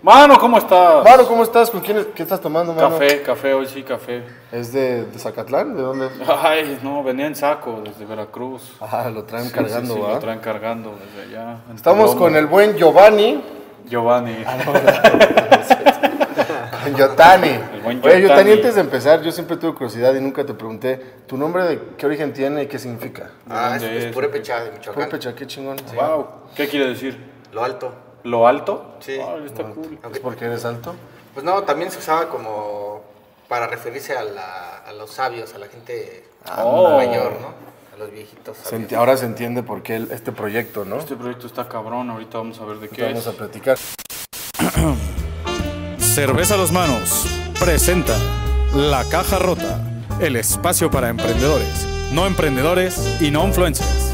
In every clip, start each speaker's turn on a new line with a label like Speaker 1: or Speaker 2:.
Speaker 1: Mano, ¿cómo estás?
Speaker 2: Mano, ¿cómo estás? ¿Con quién es- qué estás tomando, mano?
Speaker 1: Café, café, hoy sí, café.
Speaker 2: ¿Es de, de Zacatlán? ¿De dónde?
Speaker 1: Ay, no, venía en saco desde Veracruz.
Speaker 2: Ah, lo traen
Speaker 1: Sí,
Speaker 2: cargando,
Speaker 1: sí, sí,
Speaker 2: ¿va?
Speaker 1: lo traen cargando desde allá. en
Speaker 2: Estamos
Speaker 1: Coloma.
Speaker 2: con Ah, el buen Giovanni,
Speaker 1: Giovanni.
Speaker 2: con Yotani.
Speaker 1: buen
Speaker 2: Oye, Yotani,
Speaker 1: Yotani.
Speaker 2: antes de empezar, yo siempre tuve curiosidad y nunca te pregunté, ¿tu nombre de qué origen tiene y qué significa?
Speaker 3: Ah, es,
Speaker 1: dónde
Speaker 3: es
Speaker 1: es?
Speaker 3: Purépecha de Michoacán.
Speaker 2: Purépecha, qué chingón.
Speaker 1: wow, ¿qué quiere decir?
Speaker 3: Lo alto.
Speaker 1: ¿Lo alto?
Speaker 3: Sí.
Speaker 1: Ay, está cool.
Speaker 2: ¿Es porque eres alto?
Speaker 3: Pues no, también se usaba como para referirse a, la- a los sabios, a la gente
Speaker 1: Oh.
Speaker 3: mayor, ¿no? A los viejitos.
Speaker 2: Se
Speaker 3: sabios.
Speaker 2: enti- ahora se entiende por qué el- este proyecto, ¿no?
Speaker 1: Este proyecto está cabrón, ahorita vamos a ver de qué es.
Speaker 2: Vamos a platicar.
Speaker 4: Cerveza a los manos presenta La Caja Rota, el espacio para emprendedores, no emprendedores y no influencers.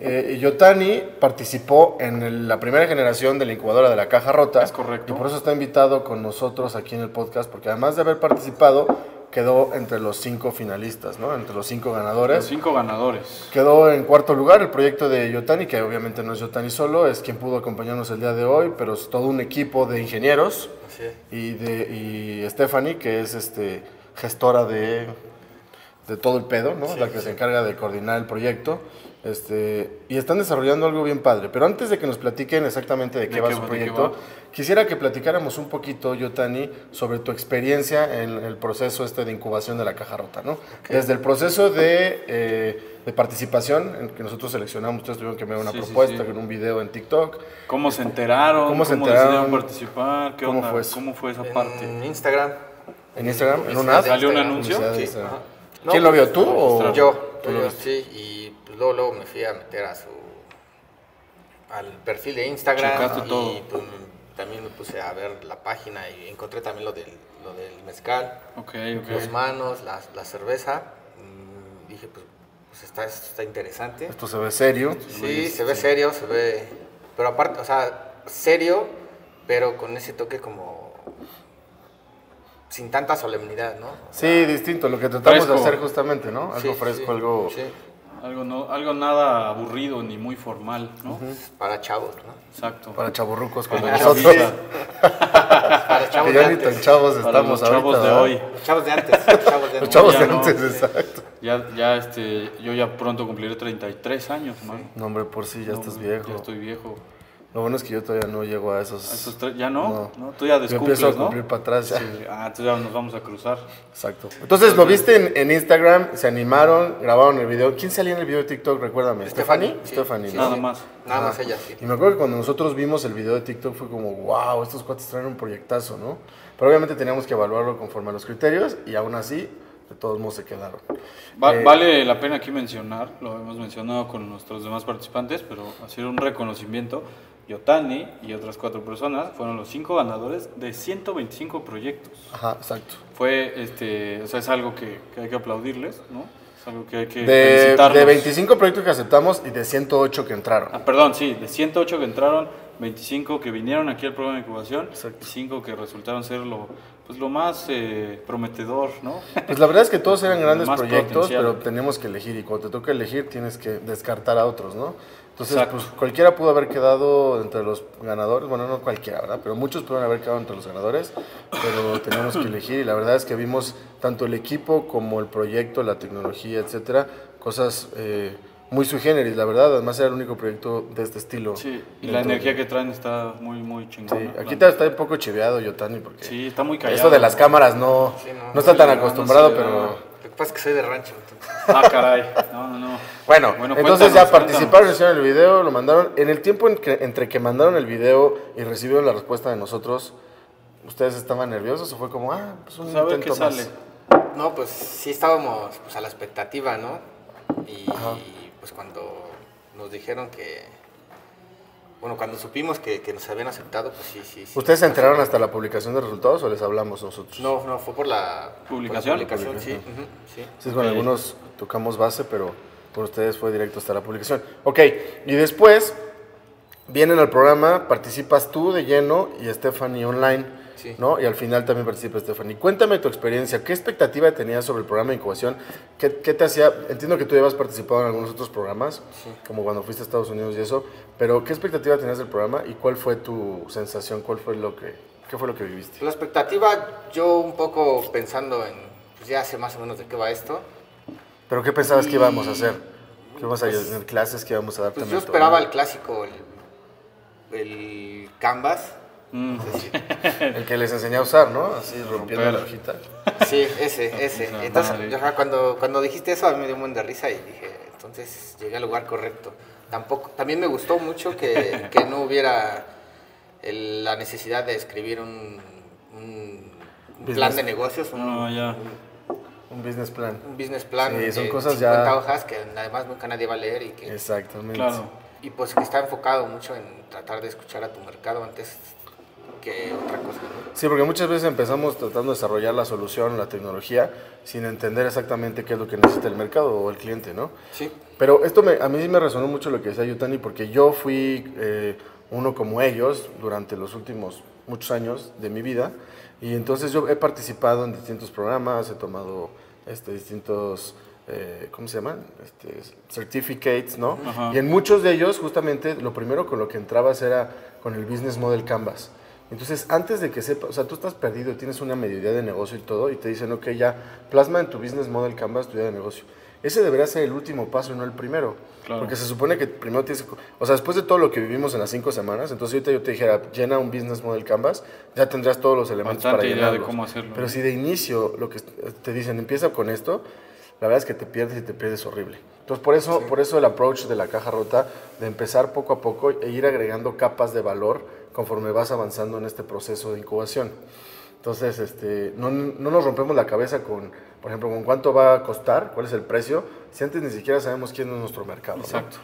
Speaker 2: Eh, y Yotani participó en el- la primera generación de la incubadora de la Caja Rota.
Speaker 1: Es correcto.
Speaker 2: Y por eso está invitado con nosotros aquí en el podcast, porque además de haber participado, quedó entre los cinco finalistas, ¿no? Entre los cinco ganadores.
Speaker 1: Los cinco ganadores.
Speaker 2: Quedó en cuarto lugar el proyecto de Yotani, que obviamente no es Yotani solo, es quien pudo acompañarnos el día de hoy, pero es todo un equipo de ingenieros
Speaker 3: Así es.
Speaker 2: y de y Stephanie, que es este gestora de, de todo el pedo, ¿no? La que se encarga de coordinar el proyecto. Este, y están desarrollando algo bien padre. Pero antes de que nos platiquen exactamente de qué
Speaker 1: ¿De
Speaker 2: va
Speaker 1: qué
Speaker 2: su
Speaker 1: va, de qué
Speaker 2: proyecto,
Speaker 1: va?
Speaker 2: quisiera que platicáramos un poquito, Yotani, sobre tu experiencia en el proceso este de incubación de la caja rota, ¿no? Desde el proceso de, eh, de participación, en que nosotros seleccionamos, ustedes tuvieron que enviar una
Speaker 1: Sí, sí,
Speaker 2: propuesta
Speaker 1: sí.
Speaker 2: con un video en TikTok.
Speaker 1: ¿Cómo se enteraron?
Speaker 2: ¿Cómo se
Speaker 1: decidieron
Speaker 2: enteraron?
Speaker 1: participar? ¿Qué
Speaker 2: ¿Cómo
Speaker 1: onda?
Speaker 2: fue eso?
Speaker 1: ¿Cómo fue esa
Speaker 3: En
Speaker 1: parte?
Speaker 3: Instagram.
Speaker 2: ¿En Instagram? ¿En una
Speaker 3: Publicidad
Speaker 2: app?
Speaker 3: de
Speaker 1: ¿Salió un
Speaker 3: Instagram.
Speaker 1: anuncio?
Speaker 2: Publicidad de
Speaker 3: Sí,
Speaker 2: Instagram.
Speaker 3: ajá.
Speaker 2: ¿Quién
Speaker 3: No, pues,
Speaker 2: lo vio, tú o...?
Speaker 3: Yo,
Speaker 2: ¿Tú lo
Speaker 3: yo,
Speaker 2: viste?
Speaker 3: sí, y pues, luego, luego me fui a meter a su al perfil de Instagram
Speaker 1: Checaste
Speaker 3: y
Speaker 1: todo.
Speaker 3: pues, también me puse a ver la página y encontré también lo del, lo del mezcal,
Speaker 1: Ok,
Speaker 3: los
Speaker 1: ok.
Speaker 3: manos, la, la cerveza. Mm, dije, pues, pues, está, esto está interesante.
Speaker 2: Esto se ve serio.
Speaker 3: Sí, se ve serio, se ve. Pero aparte, o sea, serio, pero con ese toque como. sin tanta solemnidad, ¿no?
Speaker 2: Sí, distinto, lo que tratamos
Speaker 1: Fresco.
Speaker 2: de hacer justamente, ¿no? Algo
Speaker 3: Sí,
Speaker 2: fresco,
Speaker 3: sí,
Speaker 2: algo...
Speaker 3: sí,
Speaker 1: Algo, no, algo nada aburrido ni muy formal, ¿no?
Speaker 3: para chavos, ¿no?
Speaker 1: Exacto.
Speaker 2: Para chaburrucos como
Speaker 1: Para
Speaker 2: nosotros.
Speaker 1: chavillos.
Speaker 3: Para
Speaker 2: Que
Speaker 3: chavos de
Speaker 2: ya ni tan
Speaker 3: antes.
Speaker 2: chavos
Speaker 1: Para
Speaker 2: estamos
Speaker 1: los chavos
Speaker 2: ahorita,
Speaker 1: de
Speaker 2: ¿verdad?
Speaker 1: hoy.
Speaker 3: Los chavos de antes. Los chavos de
Speaker 2: Los chavos
Speaker 1: Ya
Speaker 2: de
Speaker 1: no,
Speaker 2: antes,
Speaker 1: sí.
Speaker 2: exacto.
Speaker 1: Ya, ya este, yo ya pronto cumpliré 33 años, man.
Speaker 2: No, hombre, por si ya
Speaker 1: No,
Speaker 2: estás
Speaker 1: man,
Speaker 2: viejo.
Speaker 1: Ya estoy viejo.
Speaker 2: Lo bueno es que yo todavía no llego a esos...
Speaker 1: A esos tres- ¿Ya no? no? Tú ya
Speaker 2: Yo
Speaker 1: descumples,
Speaker 2: empiezo a
Speaker 1: ¿no?
Speaker 2: cumplir para atrás. ya.
Speaker 1: Sí, Ah, entonces ya nos vamos a cruzar.
Speaker 2: Exacto. Entonces, lo viste en, en Instagram, se animaron, grabaron el video. ¿Quién salía en el video de TikTok? Recuérdame.
Speaker 3: Stephanie,
Speaker 2: ¿Stephanie?
Speaker 3: sí,
Speaker 2: Stephanie,
Speaker 3: sí,
Speaker 2: ¿no? Ah.
Speaker 1: Nada más.
Speaker 3: Nada más ella, sí.
Speaker 2: Y me acuerdo que cuando nosotros vimos el video de TikTok fue como, wow, estos cuates traen un proyectazo, ¿no? Pero obviamente teníamos que evaluarlo conforme a los criterios y aún así, de todos modos se quedaron.
Speaker 1: Va-
Speaker 2: Eh,
Speaker 1: vale la pena aquí mencionar, lo hemos mencionado con nuestros demás participantes, pero hacer un reconocimiento. Yotani y otras cuatro personas fueron los cinco ganadores de 125 proyectos.
Speaker 2: Ajá, exacto.
Speaker 1: Fue, este, o sea, es algo que, que hay que aplaudirles, ¿no? Es algo que hay que
Speaker 2: De,
Speaker 1: felicitarlos.
Speaker 2: de 25 proyectos que aceptamos y de 108 que entraron.
Speaker 1: Ah, perdón, sí, de 108 que entraron, 25 que vinieron aquí al programa de incubación, y 5 que resultaron ser lo, pues, lo más eh, prometedor, ¿no?
Speaker 2: Pues la verdad es que todos eran grandes
Speaker 1: Más
Speaker 2: proyectos,
Speaker 1: potencial.
Speaker 2: pero tenemos que elegir y cuando te toca elegir tienes que descartar a otros, ¿no? Entonces,
Speaker 1: Exacto.
Speaker 2: pues cualquiera pudo haber quedado entre los ganadores, bueno, no cualquiera, ¿verdad? Pero muchos pudieron haber quedado entre los ganadores, pero tenemos que elegir y la verdad es que vimos tanto el equipo como el proyecto, la tecnología, etcétera, cosas eh, muy sui generis, la verdad, además era el único proyecto de este estilo.
Speaker 1: Sí, y
Speaker 2: dentro
Speaker 1: la
Speaker 2: de-
Speaker 1: energía que traen está muy, muy chingona.
Speaker 2: Sí,
Speaker 1: la
Speaker 2: aquí
Speaker 1: neta.
Speaker 2: está un poco chiveado, Yotani, porque
Speaker 1: Sí, está muy callado.
Speaker 2: eso de las cámaras no,
Speaker 3: Sí, no.
Speaker 2: no, está tan
Speaker 1: No, no
Speaker 2: acostumbrado,
Speaker 1: se da.
Speaker 2: pero...
Speaker 3: Lo que pasa es que soy de rancho, entonces.
Speaker 1: Ah, caray. No, no, no.
Speaker 2: Bueno, entonces
Speaker 1: cuéntanos,
Speaker 2: ya
Speaker 1: cuéntanos.
Speaker 2: participaron, hicieron el video, lo mandaron. En el tiempo en que- entre que mandaron el video y recibieron la respuesta de nosotros, ¿ustedes estaban nerviosos o fue como, ah, pues un
Speaker 1: Pues a ver qué
Speaker 2: intento más?
Speaker 1: sale.
Speaker 3: No, pues sí estábamos pues, a la expectativa, ¿no? Y pues cuando nos dijeron que. Bueno, cuando supimos que, que nos habían aceptado, pues sí, sí. sí.
Speaker 2: ¿Ustedes se enteraron hasta la publicación de resultados o les hablamos nosotros?
Speaker 3: No, no, fue por la
Speaker 1: ¿Publicación?
Speaker 3: por la publicación, sí. ujú, sí.
Speaker 2: Sí, con
Speaker 1: Ok.
Speaker 2: algunos tocamos base, pero con ustedes fue directo hasta la publicación. Ok, y después vienen al programa, participas tú de lleno y Stephanie online.
Speaker 3: Sí.
Speaker 2: ¿no? Y al final también participa Stephanie. Cuéntame tu experiencia, ¿qué expectativa tenías sobre el programa de incubación? ¿Qué, qué te hacía? Entiendo que tú ya habías participado en algunos otros programas,
Speaker 3: Sí.
Speaker 2: como cuando fuiste a Estados Unidos y eso, pero ¿qué expectativa tenías del programa y cuál fue tu sensación? ¿Cuál fue lo que, qué fue lo que viviste?
Speaker 3: La expectativa, yo un poco pensando en, pues ya sé más o menos de qué va esto,
Speaker 2: ¿Pero qué pensabas que íbamos a hacer? ¿Qué íbamos a
Speaker 3: Pues-
Speaker 2: tener clases? ¿Qué íbamos a dar
Speaker 3: pues
Speaker 2: también
Speaker 3: yo
Speaker 2: a tu
Speaker 3: esperaba el
Speaker 2: alumno?
Speaker 3: clásico, el, el canvas.
Speaker 1: Mm.
Speaker 3: no sé si-
Speaker 2: El que les enseñé a usar, ¿no? Así rompiendo la
Speaker 1: Romper.
Speaker 2: hojita.
Speaker 3: Sí, ese, ese.
Speaker 1: Esa madre.
Speaker 3: Entonces, yo, ajá, cuando, cuando dijiste eso, a mí me dio un buen de risa y dije, entonces llegué al lugar correcto. Tampoco, también me gustó mucho que, que no hubiera el- la necesidad de escribir un, un- un plan
Speaker 2: Business.
Speaker 3: de negocios, un,
Speaker 1: No, ya.
Speaker 2: Un business plan.
Speaker 3: un business plan
Speaker 2: Sí, son
Speaker 3: de
Speaker 2: cosas ya-
Speaker 3: 50 hojas que además nunca nadie va a leer y que
Speaker 2: Exactamente.
Speaker 1: Claro.
Speaker 3: y pues que está enfocado mucho en tratar de escuchar a tu mercado antes que otra cosa, ¿no?
Speaker 2: Sí, porque muchas veces empezamos tratando de desarrollar la solución, la tecnología, sin entender exactamente qué es lo que necesita el mercado o el cliente, ¿no?
Speaker 3: Sí.
Speaker 2: Pero esto me- a mí sí me resonó mucho lo que decía Yutani, porque yo fui eh, uno como ellos durante los últimos muchos años de mi vida, y entonces yo he participado en distintos programas, he tomado este, distintos, eh, ¿cómo se llaman? Este, certificates, ¿no?
Speaker 1: Ajá.
Speaker 2: Y en muchos de ellos, justamente, lo primero con lo que entrabas era con el Business Model Canvas. Entonces, antes de que sepas, o sea, tú estás perdido, tienes una media idea de negocio y todo, y te dicen, ok, ya, plasma en tu Business Model Canvas tu idea de negocio. Ese debería ser el último paso y no el primero.
Speaker 1: Claro.
Speaker 2: Porque se supone que primero tienes que... O sea, después de todo lo que vivimos en las cinco semanas, entonces ahorita yo te dijera, llena un Business Model Canvas, ya tendrás todos los elementos
Speaker 1: Bastante
Speaker 2: para
Speaker 1: idea de
Speaker 2: llenarlos.
Speaker 1: cómo hacerlo,
Speaker 2: Pero
Speaker 1: ¿no?
Speaker 2: si de inicio lo que te dicen, empieza con esto, la verdad es que te pierdes y te pierdes horrible. Entonces, por eso, por eso el approach de la caja rota, de empezar poco a poco e ir agregando capas de valor conforme vas avanzando en este proceso de incubación. Entonces, este, no, no nos rompemos la cabeza con, por ejemplo, con cuánto va a costar, cuál es el precio, si antes ni siquiera sabemos quién es nuestro mercado. ¿no?
Speaker 1: Exacto.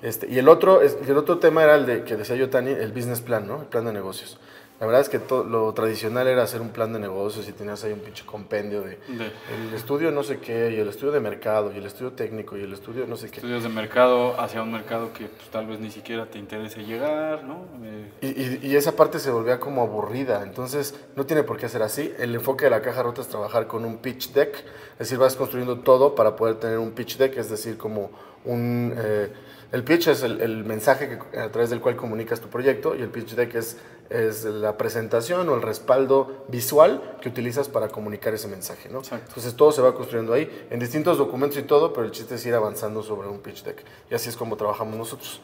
Speaker 2: Este, y el otro, es- y el otro tema era el de, que decía yo, Tani, el business plan, ¿no? El plan de negocios. La verdad es que to- lo tradicional era hacer un plan de negocios y tenías ahí un pinche compendio de
Speaker 1: De
Speaker 2: el estudio no sé qué, y el estudio de mercado, y el estudio técnico, y el estudio no sé qué.
Speaker 1: estudios de mercado hacia un mercado que pues, tal vez ni siquiera te interese llegar, ¿no? Eh,
Speaker 2: Y, y- y esa parte se volvía como aburrida, entonces no tiene por qué ser así. El enfoque de la caja rota es trabajar con un pitch deck, es decir, vas construyendo todo para poder tener un pitch deck, es decir, como un... eh, el pitch es el, el mensaje que- a través del cual comunicas tu proyecto y el pitch deck es, es la presentación o el respaldo visual que utilizas para comunicar ese mensaje, ¿no?
Speaker 1: Exacto.
Speaker 2: Entonces todo se va construyendo ahí, en distintos documentos y todo, pero el chiste es ir avanzando sobre un pitch deck. Y así es como trabajamos nosotros.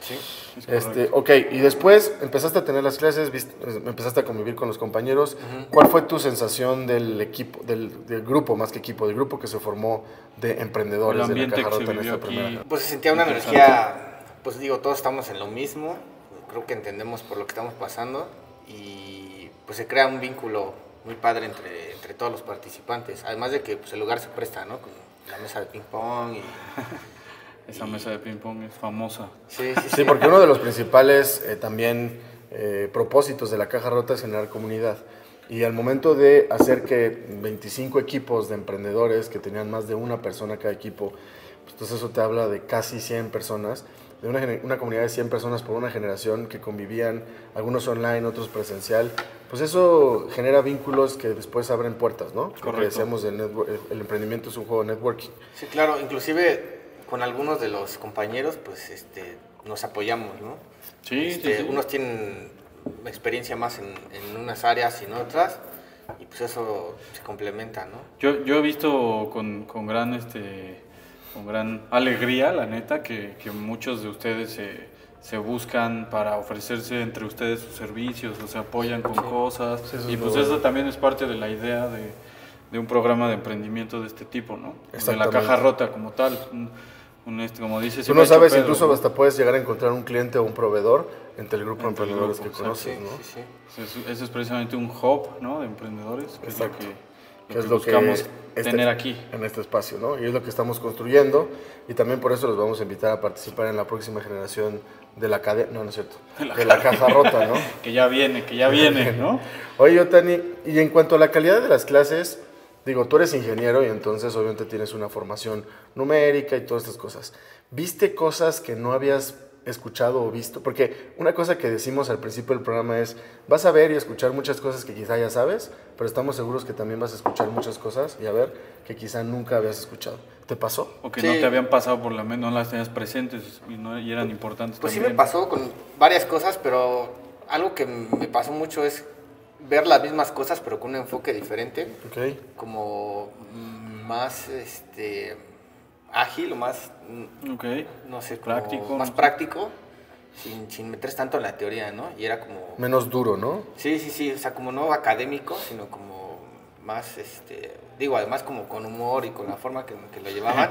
Speaker 1: es correcto.
Speaker 2: Este, ok, y después empezaste a tener las clases, viste- empezaste a convivir con los compañeros. ¿Cuál fue tu sensación del equipo, del, del grupo, más que equipo, del grupo que se formó de
Speaker 1: El
Speaker 2: emprendedores de la
Speaker 1: ambiente
Speaker 2: Caja
Speaker 1: que se
Speaker 2: Rota en
Speaker 1: vivió
Speaker 2: esta primera?
Speaker 1: aquí.
Speaker 2: etapa?
Speaker 3: Pues se sentía una
Speaker 1: Interesante.
Speaker 3: energía, pues digo, todos estamos en lo mismo, creo que entendemos por lo que estamos pasando y pues se crea un vínculo muy padre entre, entre todos los participantes, además de que pues, el lugar se presta, ¿no? Con la mesa de ping pong y...
Speaker 1: Esa mesa de ping-pong es famosa.
Speaker 3: Sí, sí,
Speaker 2: Sí, porque uno de los principales eh, también eh, propósitos de la Caja Rota es generar comunidad. Y al momento de hacer que 25 equipos de emprendedores que tenían más de una persona cada equipo, pues, entonces eso te habla de casi 100 personas, de una, gener- una comunidad de 100 personas por una generación que convivían, algunos online, otros presencial, pues eso genera vínculos que después abren puertas, ¿no? Lo que
Speaker 1: Correcto.
Speaker 2: decíamos del network- el- el emprendimiento es un juego de networking.
Speaker 3: Sí, claro, inclusive con algunos de los compañeros, pues este, nos apoyamos, ¿no?
Speaker 1: Sí, sí,
Speaker 3: Este,
Speaker 1: sí.
Speaker 3: Unos tienen experiencia más en, en unas áreas y en otras, y pues eso se complementa, ¿no?
Speaker 1: Yo, yo he visto con, con gran este con gran alegría, la neta, que, que muchos de ustedes se, se buscan para ofrecerse entre ustedes sus servicios, o se apoyan con cosas.
Speaker 2: Sí, eso
Speaker 1: y
Speaker 2: es
Speaker 1: pues
Speaker 2: lo
Speaker 1: eso
Speaker 2: bueno.
Speaker 1: también es parte de la idea de, de un programa de emprendimiento de este tipo, ¿no? De la
Speaker 2: Exactamente.
Speaker 1: caja rota como tal. Un, un este, como dices,
Speaker 2: Tú
Speaker 1: siempre
Speaker 2: no
Speaker 1: ha hecho
Speaker 2: sabes,
Speaker 1: Pedro,
Speaker 2: incluso
Speaker 1: ¿no?
Speaker 2: hasta puedes llegar a encontrar un cliente o un proveedor entre el grupo de
Speaker 1: Entre el
Speaker 2: emprendedores
Speaker 1: grupo,
Speaker 2: que conoces,
Speaker 3: Sí,
Speaker 2: ¿no?
Speaker 3: sí, sí.
Speaker 1: Eso es, eso es precisamente un hub, ¿no? De emprendedores, que
Speaker 2: Exacto.
Speaker 1: es lo que, lo
Speaker 2: Que es
Speaker 1: que
Speaker 2: lo que
Speaker 1: buscamos
Speaker 2: este-
Speaker 1: tener aquí.
Speaker 2: En este espacio, ¿no? Y es lo que estamos construyendo y también por eso los vamos a invitar a participar en la próxima generación de la cadena, no, no es cierto, de la caja rota, ¿no?
Speaker 1: Que ya viene, que ya viene, ¿no?
Speaker 2: Oye, Otani, y en cuanto a la calidad de las clases, digo, tú eres ingeniero y entonces obviamente tienes una formación numérica y todas estas cosas. ¿Viste cosas que no habías escuchado o visto. Porque una cosa que decimos al principio del programa es, vas a ver y escuchar muchas cosas que quizá ya sabes, pero estamos seguros que también vas a escuchar muchas cosas y a ver que quizá nunca habías escuchado. ¿Te pasó?
Speaker 1: O que
Speaker 3: Sí.
Speaker 1: no te habían pasado por la mente, no las tenías presentes y, no, y eran importantes
Speaker 3: Pues sí me
Speaker 1: también.
Speaker 3: pasó con varias cosas, pero algo que me pasó mucho es ver las mismas cosas, pero con un enfoque diferente,
Speaker 2: Ok.
Speaker 3: como mm, más este, ágil o más, mm,
Speaker 1: Ok.
Speaker 3: no sé, como
Speaker 1: Práctico,
Speaker 3: más
Speaker 1: no sé.
Speaker 3: práctico, sin, sin meterse tanto en la teoría, ¿no? Y era como...
Speaker 2: Menos duro, ¿no?
Speaker 3: Sí, sí, sí, o sea, como no académico, sino como más, este, digo, además como con humor y con la forma que, que lo llevaban,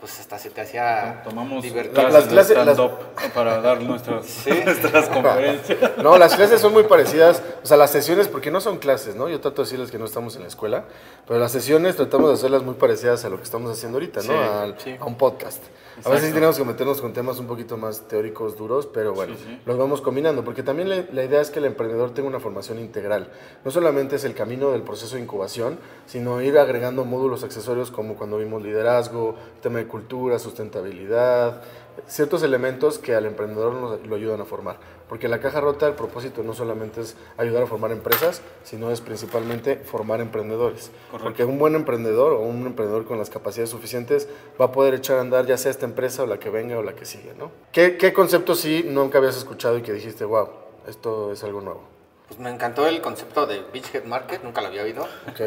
Speaker 3: pues hasta se te hacía
Speaker 1: Tomamos
Speaker 3: divertido.
Speaker 1: clases
Speaker 2: Las clases-
Speaker 1: de
Speaker 2: las-
Speaker 1: stand-up para dar nuestras, nuestras conferencias.
Speaker 2: No, las clases son muy parecidas, o sea, las sesiones, porque no son clases, ¿no? Yo trato de decirles que no estamos en la escuela, pero las sesiones tratamos de hacerlas muy parecidas a lo que estamos haciendo ahorita, ¿no?
Speaker 1: Sí,
Speaker 2: Al-
Speaker 1: sí.
Speaker 2: A un podcast. A veces sí tenemos que meternos con temas un poquito más teóricos, duros, pero bueno,
Speaker 1: Sí, sí.
Speaker 2: los vamos combinando, porque también la, la idea es que el emprendedor tenga una formación integral. No solamente es el camino del proceso de incubación, sino ir agregando módulos accesorios como cuando vimos liderazgo, tema de cultura, sustentabilidad, ciertos elementos que al emprendedor nos- lo ayudan a formar. Porque la caja rota, el propósito no solamente es ayudar a formar empresas, sino es principalmente formar emprendedores.
Speaker 1: Correcto.
Speaker 2: Porque un buen emprendedor o un emprendedor con las capacidades suficientes va a poder echar a andar ya sea esta empresa o la que venga o la que sigue, ¿no? ¿Qué, qué concepto sí nunca habías escuchado y que dijiste, wow, esto es algo nuevo?
Speaker 3: Pues me encantó el concepto de Beachhead Market, nunca lo había oído,
Speaker 2: ¿Ok?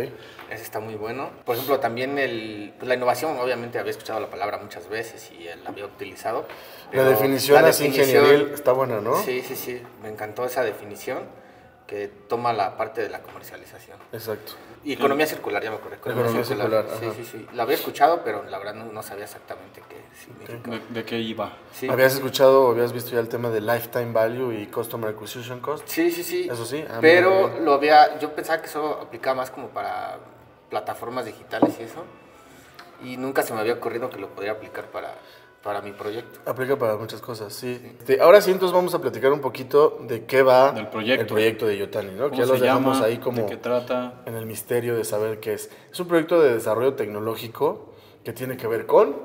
Speaker 3: ese está muy bueno. Por ejemplo, también el, pues, la innovación, obviamente había escuchado la palabra muchas veces y la había utilizado.
Speaker 2: La
Speaker 3: pero
Speaker 2: definición
Speaker 3: la
Speaker 2: así
Speaker 3: definición-
Speaker 2: ingenieril está buena, ¿no?
Speaker 3: Sí, sí, sí, me encantó esa definición que toma la parte de la comercialización.
Speaker 2: Exacto.
Speaker 3: Y economía circular, ya me acuerdo.
Speaker 2: Economía circular, ajá.
Speaker 3: sí, sí, sí. La había escuchado, pero la verdad no, no sabía exactamente qué significa.
Speaker 1: ¿De, de qué iba?
Speaker 3: Sí.
Speaker 2: ¿Habías escuchado o habías visto ya el tema de lifetime value y customer acquisition cost?
Speaker 3: sí, sí, sí.
Speaker 2: Eso sí, ah,
Speaker 3: pero
Speaker 2: mira, mira.
Speaker 3: lo había. Yo pensaba que eso aplicaba más como para plataformas digitales y eso. Y nunca se me había ocurrido que lo podría aplicar para, para mi proyecto.
Speaker 2: Aplica para muchas cosas, sí. Este, ahora sí, entonces vamos a platicar un poquito de qué va
Speaker 1: Del proyecto.
Speaker 2: el proyecto de Yotani, ¿no? Que
Speaker 1: ¿Cómo
Speaker 2: ya los
Speaker 1: se
Speaker 2: dejamos
Speaker 1: llama?
Speaker 2: ahí como...
Speaker 1: ¿De qué trata?
Speaker 2: en el misterio de saber qué es. Es un proyecto de desarrollo tecnológico que tiene que ver con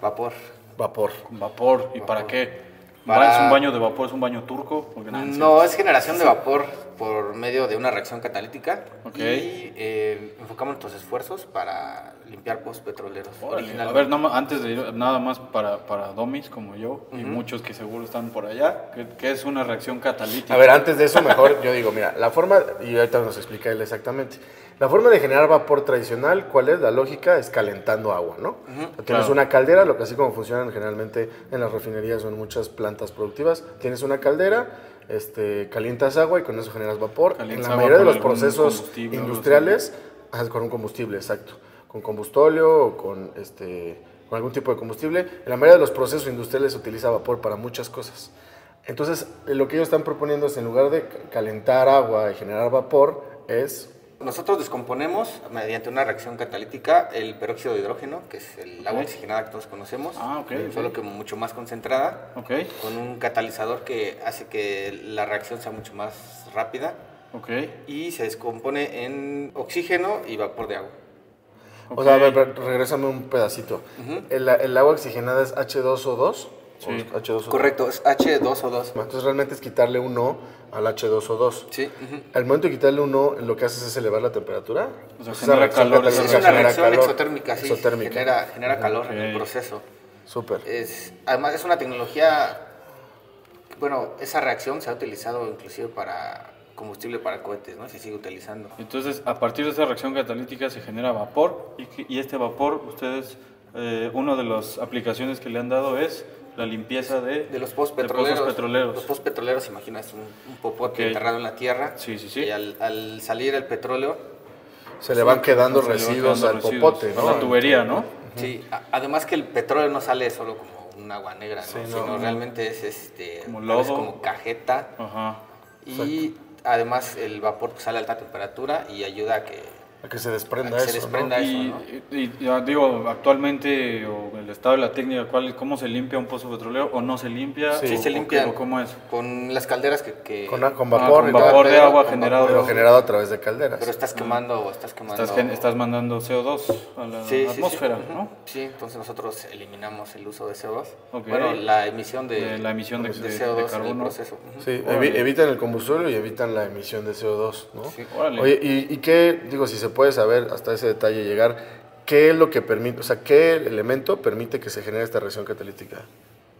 Speaker 3: Vapor.
Speaker 2: vapor.
Speaker 1: ¿Con vapor? ¿Y para qué?
Speaker 3: Para-
Speaker 1: ¿Es un baño de vapor? ¿Es un baño turco? Porque nada,
Speaker 3: No, es generación de vapor por medio de una reacción catalítica.
Speaker 1: Ok.
Speaker 3: Y eh, enfocamos nuestros esfuerzos para limpiar postpetroleros.
Speaker 1: Órale, A
Speaker 3: originalmente.
Speaker 1: ver, nada más- antes de ir, nada más para, para domis como yo y muchos que seguro están por allá, que, que es una reacción catalítica.
Speaker 2: A ver, antes de eso, mejor yo digo, mira, la forma, y ahorita nos explica él exactamente, la forma de generar vapor tradicional, ¿cuál es la lógica? Es calentando agua, ¿no? O sea, tienes
Speaker 1: claro.
Speaker 2: una caldera, lo que así como funcionan generalmente en las refinerías o en muchas plantas productivas, tienes una caldera, este, calientas agua y con eso generas vapor. en
Speaker 1: Calientas
Speaker 2: la
Speaker 1: agua
Speaker 2: mayoría de
Speaker 1: con
Speaker 2: los
Speaker 1: algún
Speaker 2: procesos
Speaker 1: combustible o algo así.
Speaker 2: industriales, ajá, con un combustible, exacto, con combustóleo o con este con algún tipo de combustible, en la mayoría de los procesos industriales se utiliza vapor para muchas cosas. Entonces, eh, lo que ellos están proponiendo es en lugar de ca- calentar agua y generar vapor, es
Speaker 3: Nosotros descomponemos mediante una reacción catalítica el peróxido de hidrógeno, que es el agua oxigenada que todos conocemos,
Speaker 1: Ah, ok, ok.
Speaker 3: solo que mucho más concentrada,
Speaker 1: Ok,
Speaker 3: con un catalizador que hace que la reacción sea mucho más rápida
Speaker 1: ok.
Speaker 3: y se descompone en oxígeno y vapor de agua.
Speaker 2: O sea, a
Speaker 1: ok.
Speaker 2: ver, pero regrésame un pedacito. el, el agua oxigenada es H2O2.
Speaker 1: Sí.
Speaker 2: O H2O2.
Speaker 3: Correcto, es H2O2.
Speaker 2: Entonces realmente es quitarle un O al H2O2.
Speaker 3: Sí, ujú.
Speaker 2: Al momento de quitarle un O, lo que haces es elevar la temperatura.
Speaker 1: O sea,
Speaker 2: Esa
Speaker 1: genera
Speaker 2: reacción
Speaker 1: calor,
Speaker 2: catalítica
Speaker 1: esa
Speaker 3: es una
Speaker 2: genera
Speaker 3: reacción
Speaker 2: calor.
Speaker 3: exotérmica, sí,
Speaker 2: Exotérmica.
Speaker 3: genera, genera calor en el
Speaker 1: Ok.
Speaker 3: proceso.
Speaker 2: Súper.
Speaker 1: eh,
Speaker 3: Es, además es una tecnología, bueno, esa reacción se ha utilizado inclusive para combustible para cohetes, ¿no? Se sigue utilizando.
Speaker 1: Entonces, a partir de esa reacción catalítica se genera vapor y, que- y este vapor, ustedes, eh, una de las aplicaciones que le han dado es la limpieza de,
Speaker 3: De los
Speaker 1: de
Speaker 3: postpetroleros.
Speaker 1: pozos petroleros.
Speaker 3: Los postpetroleros, imaginas, un, un popote
Speaker 1: Ok.
Speaker 3: enterrado en la tierra.
Speaker 1: Sí, sí, sí.
Speaker 3: Y al, al salir el petróleo,
Speaker 2: Se le van quedando
Speaker 1: Se le van
Speaker 2: residuos
Speaker 1: quedando
Speaker 2: al
Speaker 1: residuos.
Speaker 2: popote,
Speaker 1: A
Speaker 2: ¿no?
Speaker 1: La tubería, ¿no?
Speaker 3: sí, a- además que el petróleo no sale solo como un agua negra, ¿no?
Speaker 2: Sí, no,
Speaker 3: sino
Speaker 2: no.
Speaker 3: realmente es este,
Speaker 1: Como
Speaker 3: a veces
Speaker 1: lodo.
Speaker 3: como cajeta.
Speaker 1: Ajá.
Speaker 3: Y además el vapor pues, sale a alta temperatura y ayuda a que
Speaker 2: A que se desprenda
Speaker 3: A que se
Speaker 2: eso. ¿no?
Speaker 3: desprenda. eso,
Speaker 1: Y,
Speaker 3: ¿no?
Speaker 1: y- y, ah, digo, actualmente, o el estado de la técnica, ¿cuál, ¿cómo se limpia un pozo petrolero o no se limpia?
Speaker 2: Sí.
Speaker 1: o-
Speaker 2: Sí
Speaker 3: se
Speaker 1: o
Speaker 3: limpia.
Speaker 1: qué- o ¿Cómo es?
Speaker 3: Con las calderas que... que-
Speaker 2: Con, con
Speaker 1: Ah,
Speaker 2: vapor,
Speaker 1: con
Speaker 2: y tal,
Speaker 1: vapor de
Speaker 3: pero-
Speaker 1: agua
Speaker 3: con
Speaker 1: generado.
Speaker 2: pero generado a través de calderas.
Speaker 3: Pero estás quemando o estás quemando...
Speaker 1: Estás, gen- estás mandando CO2 a la
Speaker 3: Sí, sí, sí.
Speaker 1: atmósfera,
Speaker 3: Ujú.
Speaker 1: ¿no?
Speaker 3: Sí, entonces nosotros eliminamos el uso de CO2.
Speaker 1: Ok.
Speaker 3: Bueno, la emisión de,
Speaker 1: De la emisión de- de- de
Speaker 3: CO2 en el
Speaker 1: carbono.
Speaker 3: proceso. Ujú.
Speaker 2: Sí, evi- evitan el combustible y evitan la emisión de CO2, ¿no?
Speaker 3: Sí,
Speaker 1: órale.
Speaker 2: Oye, y, y qué, digo, si se puede saber hasta ese detalle llegar, qué es lo que permite, o sea, qué elemento permite que se genere esta reacción catalítica?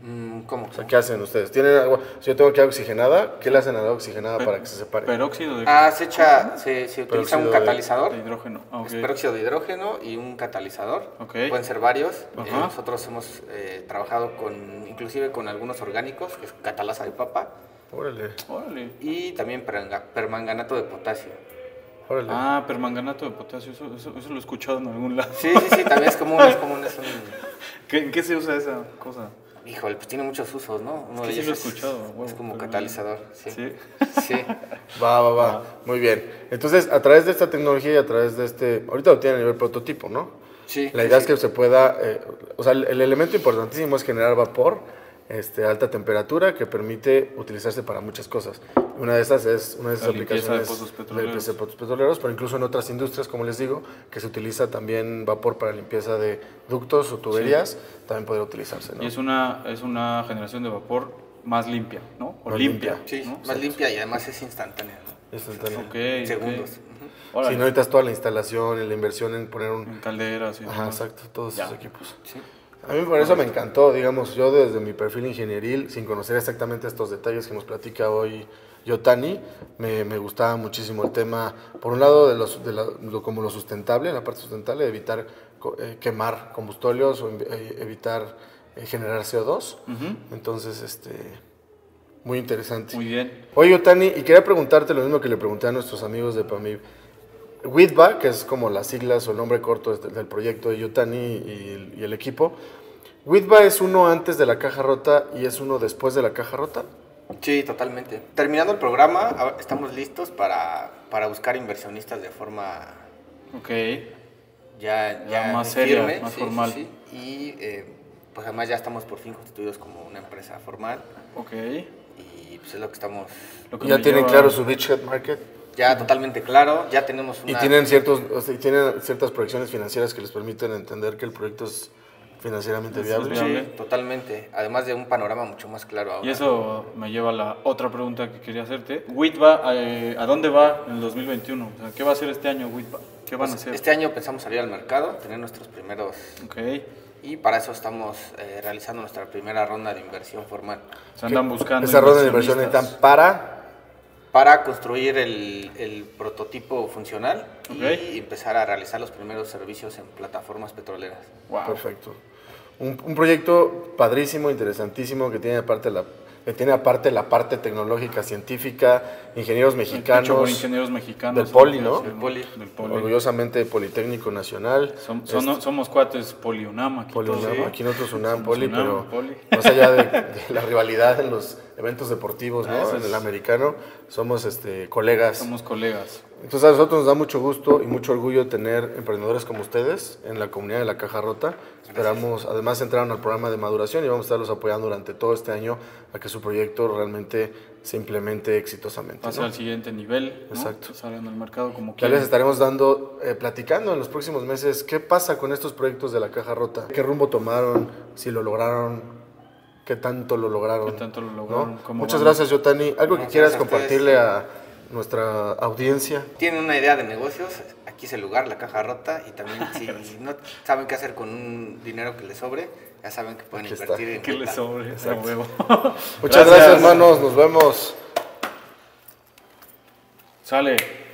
Speaker 3: Mm, ¿Cómo?
Speaker 2: O sea, ¿qué hacen ustedes? ¿Tienen agua? Si yo tengo que agua oxigenada, ¿qué le hacen a la oxigenada para que se separe?
Speaker 1: Peróxido de,
Speaker 3: Ah, se echa, se, se utiliza
Speaker 2: Peróxido
Speaker 3: un
Speaker 2: de-
Speaker 3: catalizador,
Speaker 1: de hidrógeno. Ah, ok.
Speaker 3: es peróxido de hidrógeno y un catalizador.
Speaker 1: Ok.
Speaker 3: Pueden ser varios. Eh,
Speaker 1: Ajá.
Speaker 3: nosotros hemos eh, trabajado con, inclusive con algunos orgánicos, que es catalasa de papa,
Speaker 2: Órale,
Speaker 1: Órale.
Speaker 3: y también peranga- permanganato de potasio.
Speaker 2: órale.
Speaker 1: Ah, permanganato de potasio, eso, eso- eso lo he escuchado en algún lado.
Speaker 3: Sí, sí, sí, también es común, es común, es un...
Speaker 1: ¿Qué- ¿En qué se usa esa cosa?
Speaker 3: Híjole, pues tiene muchos usos, ¿no? Uno
Speaker 1: Es que sí
Speaker 3: de
Speaker 1: lo he
Speaker 3: ellos es-
Speaker 1: escuchado,
Speaker 3: es,
Speaker 1: huevo,
Speaker 3: como
Speaker 1: pero-
Speaker 3: catalizador, sí.
Speaker 1: Sí.
Speaker 3: Sí.
Speaker 2: Va, va, va. Muy bien. Entonces, a través de esta tecnología y a través de este, ahorita lo tienen a nivel prototipo, ¿no?
Speaker 3: Sí,
Speaker 2: La
Speaker 3: sí,
Speaker 2: idea
Speaker 3: sí.
Speaker 2: es que se pueda, eh, o sea, el, el elemento importantísimo es generar vapor este, a alta temperatura que permite utilizarse para muchas cosas. Una de esas es una de esas
Speaker 1: La limpieza de
Speaker 2: aplicaciones
Speaker 1: pozos petroleros.
Speaker 2: limpieza de pozos petroleros, pero incluso en otras industrias, como les digo, que se utiliza también vapor para limpieza de ductos o tuberías, también podría utilizarse. ¿no?
Speaker 1: Y es una, es una generación de vapor más limpia, ¿no? O
Speaker 2: Más
Speaker 1: limpia.
Speaker 2: limpia.
Speaker 3: Sí,
Speaker 1: ¿no?
Speaker 3: más limpia y además es instantánea, ¿no?
Speaker 2: Instantáneo.
Speaker 1: Ok, ok.
Speaker 3: Segundos. Ujú.
Speaker 1: Órale.
Speaker 2: Si no necesitas toda la instalación y la inversión en poner un,
Speaker 1: En calderas y
Speaker 2: Ajá,
Speaker 1: demás.
Speaker 2: exacto, todos
Speaker 1: Mm. Ya.
Speaker 2: esos equipos.
Speaker 3: Sí.
Speaker 2: A mí por eso me encantó, digamos, yo desde mi perfil ingenieril, sin conocer exactamente estos detalles que nos platica hoy Yotani, me, me gustaba muchísimo el tema, por un lado, de, los, de la- lo- como lo sustentable, la parte sustentable, de evitar co- eh, quemar combustibles o en- eh, evitar eh, generar CO2. Entonces, este, muy interesante.
Speaker 1: Muy bien.
Speaker 2: Oye, Otani, y quería preguntarte lo mismo que le pregunté a nuestros amigos de PAMIB. WITBA, que es como las siglas o el nombre corto este- del proyecto de Yotani y, y el equipo. WITBA es uno antes de la caja rota y es uno después de la caja rota.
Speaker 3: Sí, totalmente. Terminando el programa, ahora estamos listos para, para buscar inversionistas de forma
Speaker 1: Ok.
Speaker 3: ya,
Speaker 1: Ya
Speaker 3: ya
Speaker 1: más
Speaker 3: muy
Speaker 1: seria, más
Speaker 3: sí,
Speaker 1: formal.
Speaker 3: sí, sí. Y eh, pues además ya estamos por fin constituidos como una empresa formal
Speaker 1: Ok.
Speaker 3: y pues es lo que estamos
Speaker 1: Lo que
Speaker 2: Ya
Speaker 1: me
Speaker 2: tienen
Speaker 1: lleva-
Speaker 2: claro su beachhead market
Speaker 3: ya totalmente claro, ya tenemos
Speaker 2: y
Speaker 3: una...
Speaker 2: tienen, ciertos, o sea, y tienen ciertas proyecciones financieras que les permiten entender que el proyecto es financieramente
Speaker 1: Eso es
Speaker 2: viable.
Speaker 1: viable.
Speaker 3: Sí, totalmente. Además de un panorama mucho más claro ahora.
Speaker 1: Y eso me lleva a la otra pregunta que quería hacerte. ¿WITBA eh, a dónde va en el 2021? O sea, ¿Qué va a hacer este año WITBA? ¿Qué
Speaker 2: Pues
Speaker 1: van a hacer?
Speaker 3: Este año pensamos salir al mercado, tener nuestros primeros...
Speaker 1: Ok.
Speaker 3: Y para eso estamos eh, realizando nuestra primera ronda de inversión formal.
Speaker 1: O sea, andan buscando.
Speaker 2: Esa ronda de inversión
Speaker 1: inversionistas.
Speaker 2: necesitan para...
Speaker 3: para construir el, el prototipo funcional
Speaker 1: Ok.
Speaker 3: y empezar a realizar los primeros servicios en plataformas petroleras.
Speaker 1: Wow.
Speaker 2: Perfecto. Un, un proyecto padrísimo, interesantísimo, que tiene aparte la, que tiene aparte la parte tecnológica, científica, ingenieros
Speaker 1: Hecho por
Speaker 2: mexicanos,
Speaker 1: ingenieros mexicanos.
Speaker 2: Del Poli, ¿no?
Speaker 1: Del
Speaker 3: Del
Speaker 1: Poli.
Speaker 3: Poli.
Speaker 1: Del Poli.
Speaker 2: orgullosamente Politécnico Nacional. Este,
Speaker 1: Som- son- somos cuates poliunam aquí.
Speaker 2: Poli
Speaker 1: todos.
Speaker 2: UNAM, aquí nosotros UNAM, Poli,
Speaker 1: UNAM,
Speaker 2: pero
Speaker 1: Poli.
Speaker 2: más allá de, de la rivalidad en los eventos deportivos,
Speaker 1: Ah,
Speaker 2: ¿no?
Speaker 1: eso
Speaker 2: En
Speaker 1: es-
Speaker 2: el americano, somos este, colegas.
Speaker 1: Somos colegas.
Speaker 2: Entonces a nosotros nos da mucho gusto y mucho orgullo tener emprendedores como ustedes en la comunidad de La Caja Rota. Esperamos, además entraron al programa de maduración y vamos a estarlos apoyando durante todo este año a que su proyecto realmente se implemente exitosamente.
Speaker 1: Pase
Speaker 2: ¿no?
Speaker 1: al siguiente nivel. ¿no?
Speaker 2: Exacto.
Speaker 1: Salen al mercado como
Speaker 2: Ya les
Speaker 1: quieran.
Speaker 2: estaremos dando, eh, platicando en los próximos meses qué pasa con estos proyectos de La Caja Rota, qué rumbo tomaron, si lo lograron, qué tanto lo lograron.
Speaker 1: Qué tanto lo lograron,
Speaker 2: ¿no?
Speaker 1: cómo
Speaker 2: Muchas
Speaker 1: van.
Speaker 2: gracias, Yotani. Algo que
Speaker 3: No,
Speaker 2: quieras
Speaker 3: gracias a ustedes.
Speaker 2: compartirle a nuestra audiencia.
Speaker 3: Tienen una idea de negocios, aquí es el lugar, la caja rota, y también si no saben qué hacer con un dinero que les sobre, ya saben que pueden
Speaker 2: Aquí está.
Speaker 3: invertir en
Speaker 1: Que les
Speaker 3: Weta.
Speaker 1: sobre. a huevo.
Speaker 2: Muchas gracias hermanos. Nos vemos.
Speaker 1: Sale.